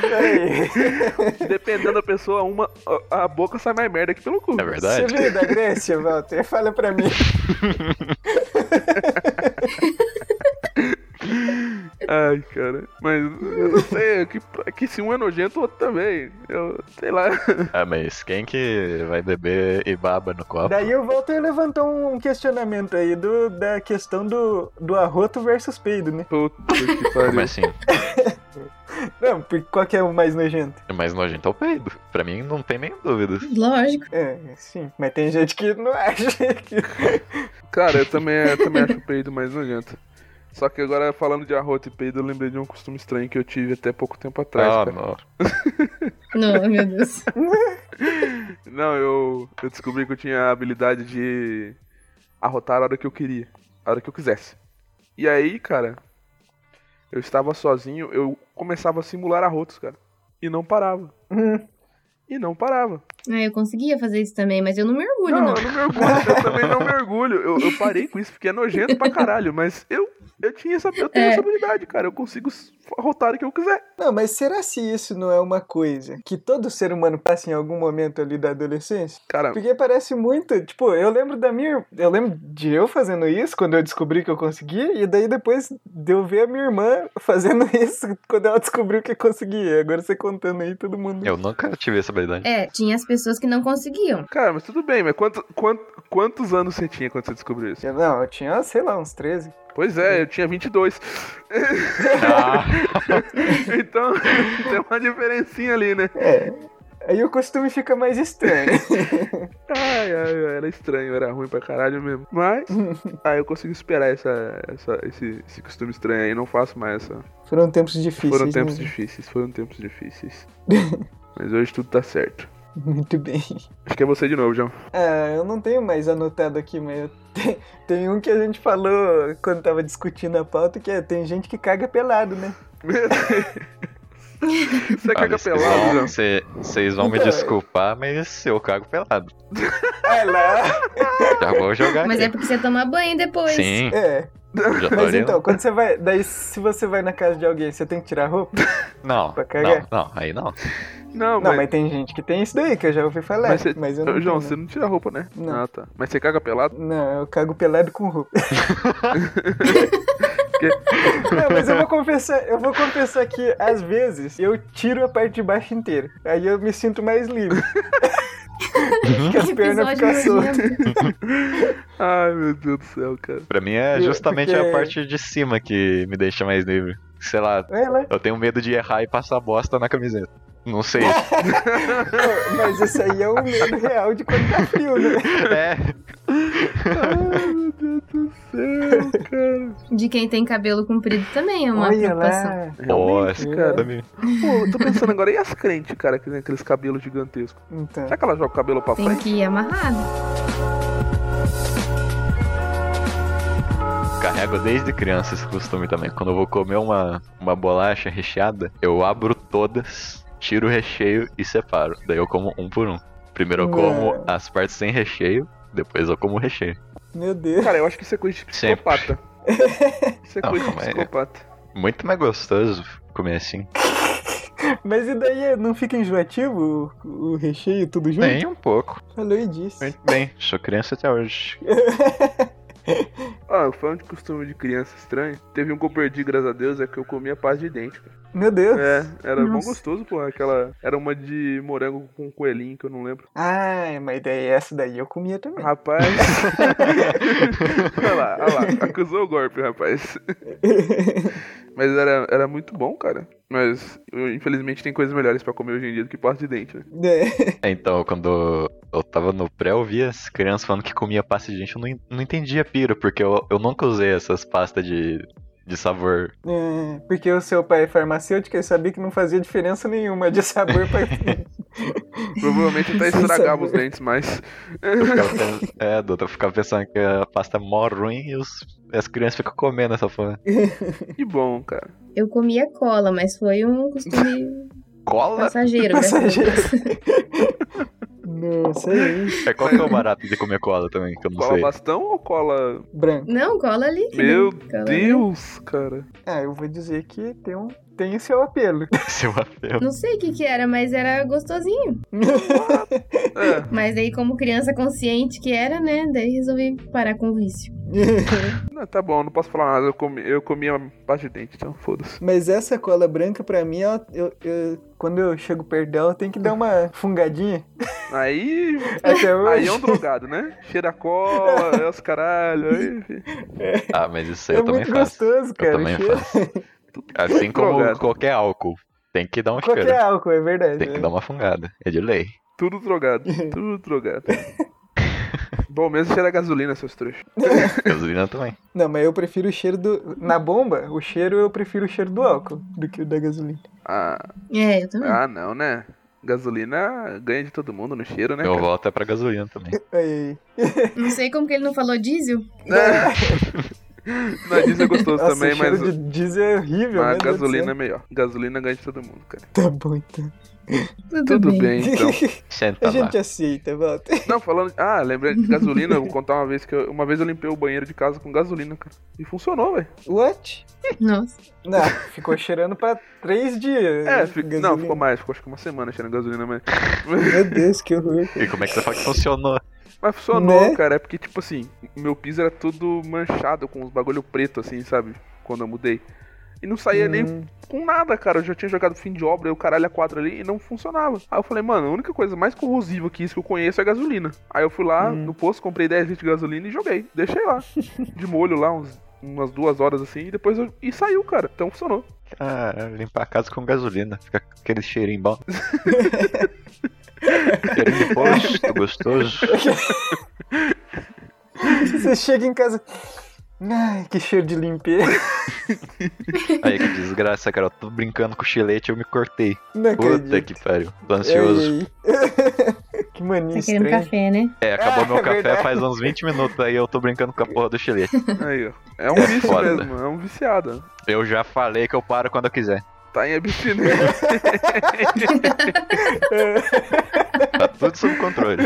S3: Pera aí.
S5: Dependendo da pessoa, uma, a, a boca sai mais merda que pelo cu.
S3: Você
S4: É verdade?
S3: veio da Grécia, Walter? Fala pra mim.
S5: Ai, cara. Mas eu não sei, que, que se um é nojento, o outro também. Eu sei lá.
S4: Ah, mas quem que vai beber e baba no copo?
S3: Daí o Walter levantou um questionamento aí do, da questão do, do arroto versus peido, né?
S5: Puta que pariu.
S4: Como assim?
S3: Não, porque qual que é o mais nojento?
S4: É mais nojento é o peido. Pra mim, não tem nem dúvidas.
S6: Lógico.
S3: É, sim. Mas tem gente que não acha que.
S5: Cara, eu também, eu também acho o peido mais nojento. Só que agora, falando de arroto e peido, eu lembrei de um costume estranho que eu tive até pouco tempo atrás,
S4: Ah,
S5: cara.
S4: não.
S6: Não, meu Deus.
S5: Não, eu, eu descobri que eu tinha a habilidade de arrotar a hora que eu queria, a hora que eu quisesse. E aí, cara, eu estava sozinho, eu começava a simular arrotos, cara. E não parava.
S3: Hum.
S5: E não parava.
S6: Ah, eu conseguia fazer isso também, mas eu não mergulho,
S5: Não,
S6: não.
S5: eu não mergulho, eu também não mergulho. Eu, eu parei com isso porque é nojento pra caralho, mas eu, eu, tinha essa, eu tenho
S6: É.
S5: essa habilidade, cara. Eu consigo s- arrotar a hora que eu quiser.
S3: Não, mas será se isso não é uma coisa que todo ser humano passa em algum momento ali da adolescência?
S5: Cara,
S3: Porque parece muito, tipo, eu lembro da minha, eu lembro de eu fazendo isso quando eu descobri que eu conseguia e daí depois de eu ver a minha irmã fazendo isso quando ela descobriu que conseguia. Agora você contando aí todo mundo.
S4: Eu nunca tive essa habilidade.
S6: É, tinha as pessoas que não conseguiam.
S5: cara, mas tudo bem, mas quanto, quanto, quantos anos você tinha quando você descobriu isso?
S3: Eu- Não, eu tinha, sei lá, uns 13.
S5: Pois é, eu tinha 22.
S6: É.
S4: Ah,
S5: Então, tem uma diferencinha ali, né?
S3: Aí o costume fica mais estranho.
S5: Ai, ai, ai, era estranho, era ruim pra caralho mesmo. Mas, aí eu consegui superar essa, essa, esse, esse costume estranho aí, não faço mais essa.
S3: Foram tempos difíceis.
S5: Foram tempos
S3: né?
S5: difíceis, foram tempos difíceis. Mas hoje tudo tá certo.
S3: Muito bem.
S5: Acho que é você de novo, João.
S3: Ah, eu não tenho mais anotado aqui, mas eu te- tem um que a gente falou quando tava discutindo a pauta, que é tem gente que caga pelado, né?
S5: Meu Deus.
S3: Ah,
S5: Você
S4: olha,
S5: caga
S4: vocês
S3: é
S5: pelado,
S3: né?
S4: vão-
S5: João?
S4: cê- Vocês vão me
S3: Então, é.
S4: desculpar, mas eu cago pelado.
S5: É,
S3: Vai
S5: né?
S3: lá.
S4: Já vou jogar
S6: Mas é
S4: aqui.
S6: porque você toma banho depois.
S4: Sim,
S3: É.
S4: já tô
S3: Mas
S4: olhando.
S3: então, quando você vai. Daí, se você vai na casa de alguém, você tem que tirar a roupa?
S4: Não,
S3: pra
S4: não,
S3: cagar.
S4: não, aí não.
S5: Não,
S3: Não,
S5: mas.
S3: mas tem gente que tem isso daí, que eu já ouvi falar. Mas,
S5: você-
S3: eu não.
S5: João, você
S3: tenho,
S5: não tira a roupa, né?
S3: Não.
S5: Ah, tá. Mas você caga pelado?
S3: não. Não, eu cago pelado com roupa. não, mas eu vou confessar, eu vou confessar que às vezes eu tiro a parte de baixo inteira. Aí eu me sinto mais livre. que as
S6: Que
S3: pernas ficam
S6: episódio
S3: soltas.
S6: nojento.
S5: Ai, meu Deus do céu, cara.
S4: Pra mim é
S3: Eu-
S4: justamente
S3: porque-
S4: a parte de cima que me deixa mais livre. Sei lá,
S3: Vai lá.
S4: eu tenho medo de errar e passar bosta na camiseta. Não sei.
S3: Não, Mas isso aí é um medo real de quando tá frio, né?
S4: é,
S5: Ai, meu Deus do céu, cara.
S6: De quem tem cabelo comprido também é uma
S3: Olha
S6: preocupação.
S3: lá.
S5: Realmente,
S4: Nossa,
S5: cara.
S4: pra mim.
S5: Pô, eu tô pensando agora, e as crentes, cara, que tem aqueles cabelos gigantescos?
S3: Então.
S5: Será que ela joga o cabelo pra
S6: Tem
S5: frente?
S6: que ir amarrado.
S4: Carrego desde criança esse costume também. Quando eu vou comer uma, uma bolacha recheada, eu abro todas, tiro o recheio e separo. Daí eu como um por um. Primeiro eu como
S3: Ué.
S4: as partes sem recheio, depois eu como o recheio.
S3: Meu Deus.
S5: Cara, eu acho que isso é coisa de
S4: Sempre.
S5: psicopata. Isso é
S4: Não,
S5: coisa de
S4: mas-
S5: psicopata.
S4: Muito mais gostoso comer assim.
S3: Mas e daí não fica enjoativo o, o recheio tudo junto?
S4: Tem um pouco.
S3: Falou e disse.
S4: Muito bem, sou criança até hoje.
S5: Ah, falando de costume de criança estranho, teve um que eu perdi, graças a Deus, é que eu comia paz de dente. cara.
S3: Meu Deus.
S5: É, era bom
S6: Nossa.
S5: gostoso, pô. Aquela. Era uma de morango com coelhinho, que eu não lembro.
S3: Ai, Ah, mas daí essa daí eu comia também.
S5: Rapaz. olha lá, olha lá. Acusou o golpe, rapaz. Mas era, era muito bom, cara. Mas, eu, infelizmente, tem coisas melhores pra comer hoje em dia do que pasta de dente, né?
S3: É.
S4: Então, quando eu tava no pré, eu via as crianças falando que comia pasta de dente. Eu não, en- não entendia pira, porque eu, eu nunca usei essas pastas de, de sabor.
S3: É, Porque o seu pai é farmacêutico e sabia que não fazia diferença nenhuma de sabor pra.
S5: Provavelmente até
S3: Sem
S5: estragava
S3: sabor.
S5: os dentes, mas.
S4: Eu ficava pensando, é, doutor, eu ficava pensando que a pasta é mó ruim e os- as crianças ficam comendo essa porra.
S5: Que bom, cara.
S6: Eu comia cola, mas foi um costume
S4: Cola?
S6: passageiro. né? graças a Deus.
S3: Passageiro. Nossa, aí.
S4: É, qual que é o barato de comer cola também, que eu não
S5: Cola
S4: sei.
S5: bastão ou cola.
S3: Branco.
S6: Não, cola ali.
S5: Meu
S6: cola
S5: Deus, cara.
S3: Ah, eu vou dizer que tem um. Tem o seu apelo.
S4: Seu apelo.
S6: Não sei o que que era, mas era gostosinho.
S5: É,
S6: Mas aí, como criança consciente que era, né? Daí resolvi parar com o vício.
S5: não, tá bom, não posso falar nada. Eu comi, eu comi a parte de dente, então foda-se.
S3: Mas essa cola branca, pra mim, ela, eu, eu- quando eu chego perto dela, tem que dar uma fungadinha.
S5: Aí.
S3: Até hoje.
S5: Aí é um drogado, né? Cheira a cola, é os caralho. Aí,
S4: Ah, mas isso aí
S3: é
S4: eu também
S3: muito
S4: faço.
S3: gostoso,
S4: Eu
S3: cara.
S4: também
S3: Cheiro-
S4: faço. Assim como
S5: Drogado.
S4: qualquer álcool. Tem que dar uma
S3: Qualquer
S4: fungada.
S3: álcool, é verdade.
S4: Tem que
S3: né?
S4: dar uma fungada. É de lei.
S5: Tudo drogado. Tudo drogado. Bom, mesmo cheira a gasolina, seus trouxas.
S4: Gasolina também.
S3: Não, mas eu prefiro o cheiro do. Na bomba, o cheiro eu prefiro o cheiro do álcool do que o da gasolina.
S5: Ah,
S6: É, eu também.
S5: ah, não, né? Gasolina ganha de todo mundo no cheiro, né?
S4: Meu
S5: cara?
S4: voto é pra gasolina também.
S3: Ai, ai.
S6: Não sei como que ele não falou diesel.
S5: É. Não, diesel é gostoso
S3: Nossa,
S5: também,
S3: o cheiro
S5: mas,
S3: de diesel é horrível, meu
S5: mas a
S3: Deus do
S5: gasolina é melhor. Gasolina ganha de todo mundo, cara.
S3: céu. Tá bom, então.
S6: Tudo,
S5: Tudo
S6: bem.
S5: bem, então.
S4: Senta
S3: A
S4: lá.
S3: gente aceita, volta.
S5: Não, falando. Ah, lembrei de gasolina, eu vou contar uma vez que eu, uma vez eu limpei o banheiro de casa com gasolina, cara. E funcionou, velho.
S3: What?
S6: Nossa.
S3: Não, ficou cheirando pra três dias.
S5: É,
S3: né,
S5: fi- não,
S3: gasolina.
S5: ficou mais, ficou acho que uma semana cheirando gasolina, mas.
S3: Meu Deus, que horror.
S4: E como é que você fala que funcionou?
S5: Mas funcionou,
S3: Né?
S5: cara. É porque, tipo assim, meu piso era tudo manchado com uns bagulho preto, assim, sabe? Quando eu mudei. E não saía nem
S3: Hum.
S5: com nada, cara. Eu já tinha jogado fim de obra, eu caralho a quatro ali e não funcionava. Aí eu falei, mano, a única coisa mais corrosiva que isso que eu conheço é gasolina. Aí eu fui lá
S3: Hum.
S5: no posto, comprei 10 litros de gasolina e joguei. Deixei lá. de molho lá, uns- umas duas horas assim, e depois eu. E saiu, cara. Então funcionou.
S4: Caralho, Ah, limpar a casa com gasolina. Fica com aquele cheirinho bom. cheirinho de posto, gostoso.
S3: Você chega em casa. Ai, que cheiro de limpeza.
S4: Aí que desgraça, cara. Eu tô brincando com o chilete eu me cortei.
S3: Não
S4: Puta
S3: acredito.
S4: que pariu. Tô
S3: Ai,
S4: ansioso.
S3: ai. que mania
S6: Tá querendo
S3: estranha.
S6: café, né?
S4: É, acabou meu
S3: É
S4: café
S3: verdade.
S4: faz uns 20 minutos. Aí eu tô brincando com a porra do chilete.
S5: Aí, ó. É um vício
S4: foda.
S5: mesmo, é um viciado.
S4: Eu já falei que eu paro quando eu quiser.
S5: Tá em abstinência.
S4: Tá tudo sob controle.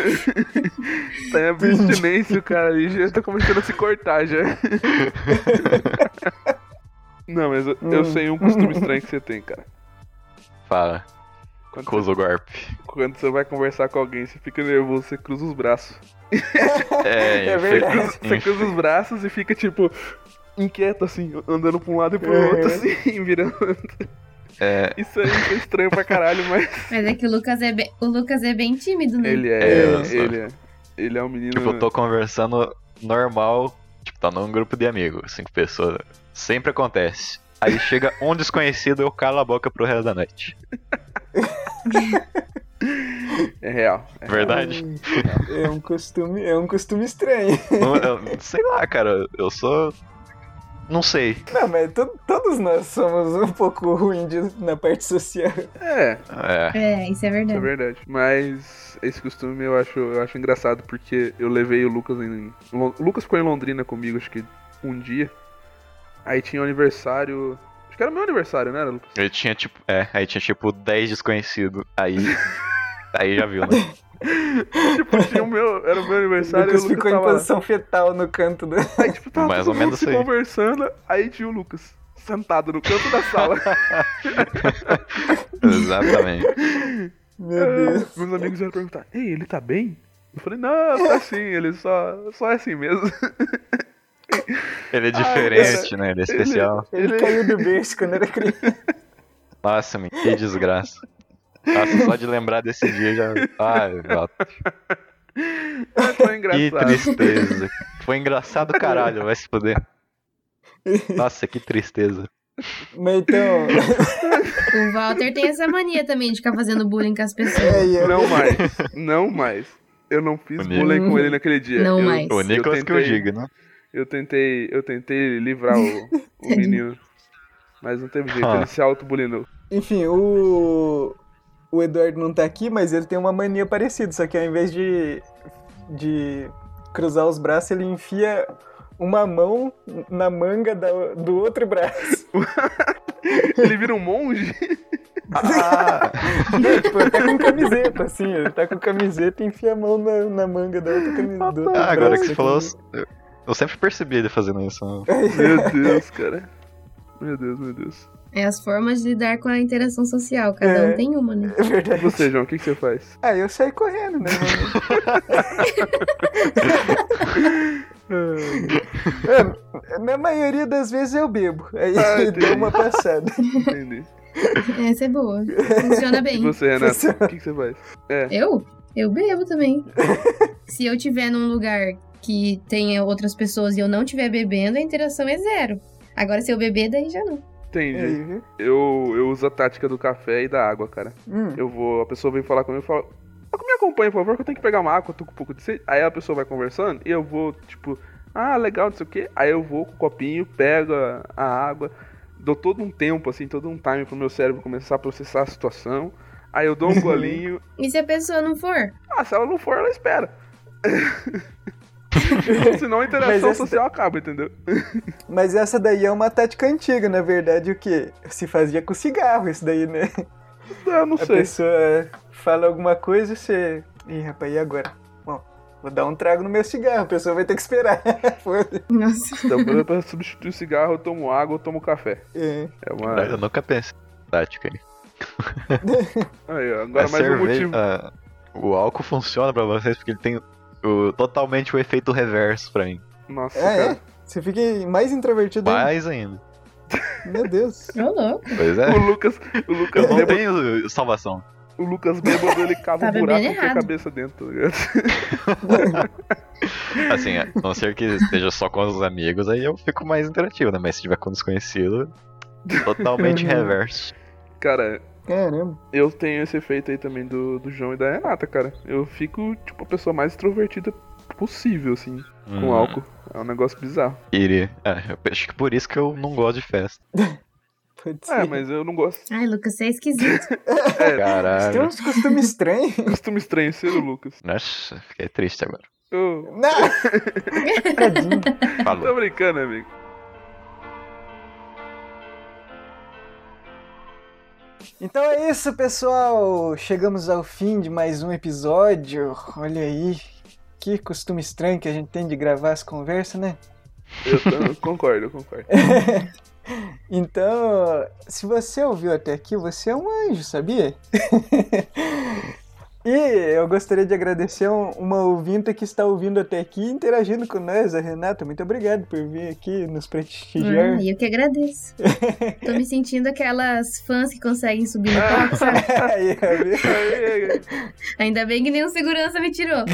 S5: Tá em abstinência, o cara ali já tá começando a se cortar já. Não, mas eu, eu
S3: Hum.
S5: sei um costume estranho que você tem, cara.
S4: Fala,
S5: Quando você,
S4: Cuso Gorp.
S5: quando você vai conversar com alguém, você fica nervoso, você cruza os braços.
S4: É,
S3: É verdade.
S4: infe-
S5: Você cruza os braços e fica, tipo, inquieto, assim, andando pra um lado e pro outro, assim, virando.
S4: É.
S5: Isso aí é estranho pra caralho, mas.
S6: Mas é que o Lucas é bem, o Lucas é bem tímido, né?
S5: Ele é.
S4: É, eu sou.
S5: ele é. Ele é um menino.
S4: Tipo, eu tô conversando normal, tipo, tá num grupo de amigos, cinco pessoas. Sempre acontece. Aí chega um desconhecido, eu calo a boca pro resto da noite.
S5: É real. É
S4: Verdade?
S3: É um costume, é um costume estranho.
S4: Não, Um, eu- sei lá, cara, eu sou. Não sei.
S3: Não, mas to- todos nós somos um pouco ruins de- na parte social.
S5: É.
S4: É.
S6: É, isso é
S5: É
S6: verdade.
S5: verdade. Mas esse costume eu acho, eu acho engraçado porque eu levei o Lucas em. Lon- O Lucas ficou em Londrina comigo, acho que um dia. Aí tinha o aniversário. Acho que era meu aniversário, né, era, Lucas?
S4: Eu tinha, tipo. É, aí tinha, tipo, 10 desconhecidos. Aí. Aí já viu, né?
S5: tipo, tinha o meu. Era o meu
S3: O
S5: aniversário e o
S3: Lucas
S5: Lucas
S3: ficou em
S5: tava lá.
S3: posição fetal no canto do.
S5: Aí, tipo, tava
S4: Mais
S5: todo
S4: ou menos assim. isso
S5: mundo se
S4: aí.
S5: conversando, aí tinha o Lucas. Sentado no canto da sala.
S4: Exatamente.
S3: Meu Deus.
S5: Meus amigos iam perguntar, ei, ele tá bem? Eu falei, não, tá assim, ele só, só é assim mesmo.
S4: Ele é diferente, né? Ele é especial.
S3: Ele, caiu do berço quando era criança.
S4: Nossa, me que desgraça. Nossa, só de lembrar desse dia já. Ai, Val,
S5: Mas foi
S4: que
S5: engraçado.
S4: tristeza. Foi engraçado, caralho, vai se fuder. Nossa, que tristeza.
S3: Mas então.
S6: O Walter tem essa mania também de ficar fazendo bullying com as pessoas.
S3: aí, ó.
S5: Não mais, não mais. Eu não
S4: O
S5: fiz
S4: Nico-
S5: bullying com ele naquele dia.
S6: Não
S5: eu,
S6: mais.
S4: O Nicolas que eu
S5: tentei-
S4: digo, né?
S5: Eu tentei, eu tentei livrar o, o menino. Mas não teve jeito,
S4: Ah.
S5: ele se autobulinou.
S3: Enfim, o. O Eduardo não tá aqui, mas ele tem uma mania parecida, só que ao invés de. de cruzar os braços, ele enfia uma mão na manga da- do outro braço.
S5: Ele vira um monge?
S3: Não, tipo, ele tá com camiseta, assim, ele tá com camiseta e enfia a mão na, na manga da outra camiseta. do outro
S4: Ah, agora
S3: braço,
S4: que você
S3: assim.
S4: falou, eu, eu sempre percebi ele fazendo isso. né?
S5: Meu Deus, cara. Meu Deus, meu Deus.
S6: É as formas de lidar com a interação social. Cada
S3: É.
S6: um tem uma, né?
S3: É verdade.
S5: E você, João, o que, que você faz?
S3: Ah, eu saí correndo, né? mano? É, na maioria das vezes eu bebo. Aí
S5: Ah,
S3: eu dou
S5: entendi.
S3: uma passada.
S5: Entendi.
S6: Essa é boa. Funciona
S5: E
S6: bem.
S5: você, Renato, o que, que você faz? É.
S6: Eu? Eu bebo também. Se eu tiver num lugar que tenha outras pessoas e eu não tiver bebendo, a interação é zero. Agora, se eu beber, daí já não.
S3: E
S5: Entendi.
S3: aí, viu?
S5: Eu, eu uso a tática do café e da água, cara.
S3: Hum.
S5: Eu vou, a pessoa vem falar comigo e fala. "Ah, Me acompanha, por favor, que eu tenho que pegar uma água, eu tô com um pouco de sede. Aí a pessoa vai conversando e eu vou, tipo, ah, legal, não sei o quê. Aí eu vou com o copinho, pego a, a água, dou todo um tempo, assim, todo um time pro meu cérebro começar a processar a situação. Aí eu dou um golinho.
S6: E se a pessoa não for?
S5: ah, se ela não for, ela espera. Senão a interação
S3: esse-
S5: social acaba, entendeu?
S3: Mas essa daí é uma tática antiga, na verdade, o que se fazia com cigarro, isso daí, né?
S5: Eu não
S3: A
S5: sei.
S3: pessoa fala alguma coisa e você. Ih, rapaz, e agora? Bom, vou dar um trago no meu cigarro, a pessoa vai ter que esperar. Foda-se.
S6: Nossa.
S5: Então, pra- pra substituir o cigarro, eu tomo água, eu tomo café.
S3: É.
S5: É uma.
S4: Eu nunca pensei nessa tática aí.
S5: Aí, ó, agora
S4: a
S5: mais um
S4: é cerveja,
S5: motivo.
S4: a- o álcool funciona pra vocês porque ele tem o- totalmente o efeito reverso pra mim.
S5: Nossa,
S3: Ah,
S5: cara.
S3: é? Você fica mais introvertido ainda.
S4: Mais ainda.
S3: Meu Deus.
S6: Ô, louco.
S4: Pois é.
S5: O Lucas, o Lucas,
S4: Eu não
S5: bêbado,
S4: tenho salvação.
S5: o Lucas bêbado, ele cava
S6: Tá
S5: um buraco
S6: bebendo
S5: e enfia a
S6: errado.
S5: cabeça dentro, tá ligado?
S4: Assim, a não ser que esteja só com os amigos, aí eu fico mais interativo, né? Mas se tiver com desconhecido, totalmente reverso.
S5: Cara,
S3: Caramba.
S5: eu tenho esse efeito aí também do, do João e da Renata, cara. Eu fico, tipo, a pessoa mais extrovertida possível, assim, com
S4: Hum,
S5: álcool. É um negócio bizarro.
S4: Iria. É, eu acho que por isso que eu não gosto de festa.
S3: Pode
S5: É,
S3: ser.
S5: mas eu não gosto.
S6: Ai, Lucas, você é esquisito.
S3: Você É, tem
S4: Caralho.
S3: uns costumes estranhos.
S5: Costume estranho ser o Lucas.
S4: Nossa, fiquei triste agora.
S5: Eu...
S3: Não! Tadinho.
S5: Tô
S4: Falou.
S5: brincando, amigo.
S3: Então é isso, pessoal. Chegamos ao fim de mais um episódio. Olha aí. Que costume estranho que a gente tem de gravar as conversas, né?
S5: Eu tô- concordo, eu concordo.
S3: Então, se você ouviu até aqui, você é um anjo, sabia? e eu gostaria de agradecer um- uma ouvinta que está ouvindo até aqui e interagindo com nós, a Renata. Muito obrigado por vir aqui nos prestigiar.
S6: Ah, e eu que agradeço. Tô me sentindo aquelas fãs que conseguem subir no palco, sabe?
S3: Aí, viu?
S5: Ai,
S6: Ainda bem que nenhum segurança me tirou.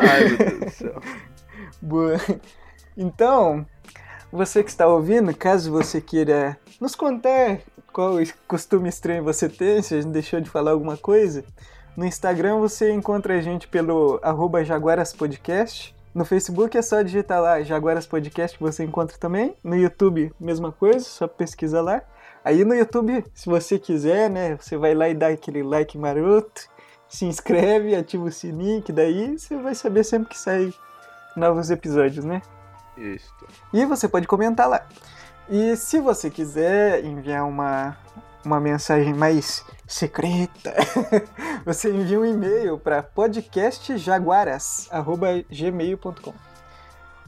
S5: meu Deus do céu.
S3: Boa. Então, você que está ouvindo, caso você queira nos contar qual es- costume estranho você tem, se a gente deixou de falar alguma coisa, no Instagram você encontra a gente pelo arroba jaguaraspodcast. No Facebook é só digitar lá Jaguaras Podcast que você encontra também. No YouTube, mesma coisa, só pesquisa lá. Aí no YouTube, se você quiser, né, você vai lá e dá aquele like maroto, se inscreve, ativa o sininho, que daí você vai saber sempre que sair novos episódios, né?
S5: Isso.
S3: E você pode comentar lá. E se você quiser enviar uma, uma mensagem mais secreta, você envia um e-mail para podcastjaguaras.gmail.com.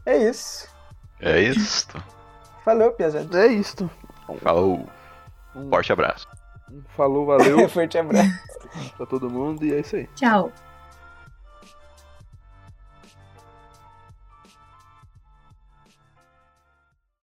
S3: É isso.
S4: É isso.
S3: Falou, Piazada.
S5: É isto.
S4: Falou.
S3: Um
S4: Forte abraço.
S5: Falou, valeu
S3: Forte abraço.
S5: pra todo mundo e é isso aí.
S6: Tchau.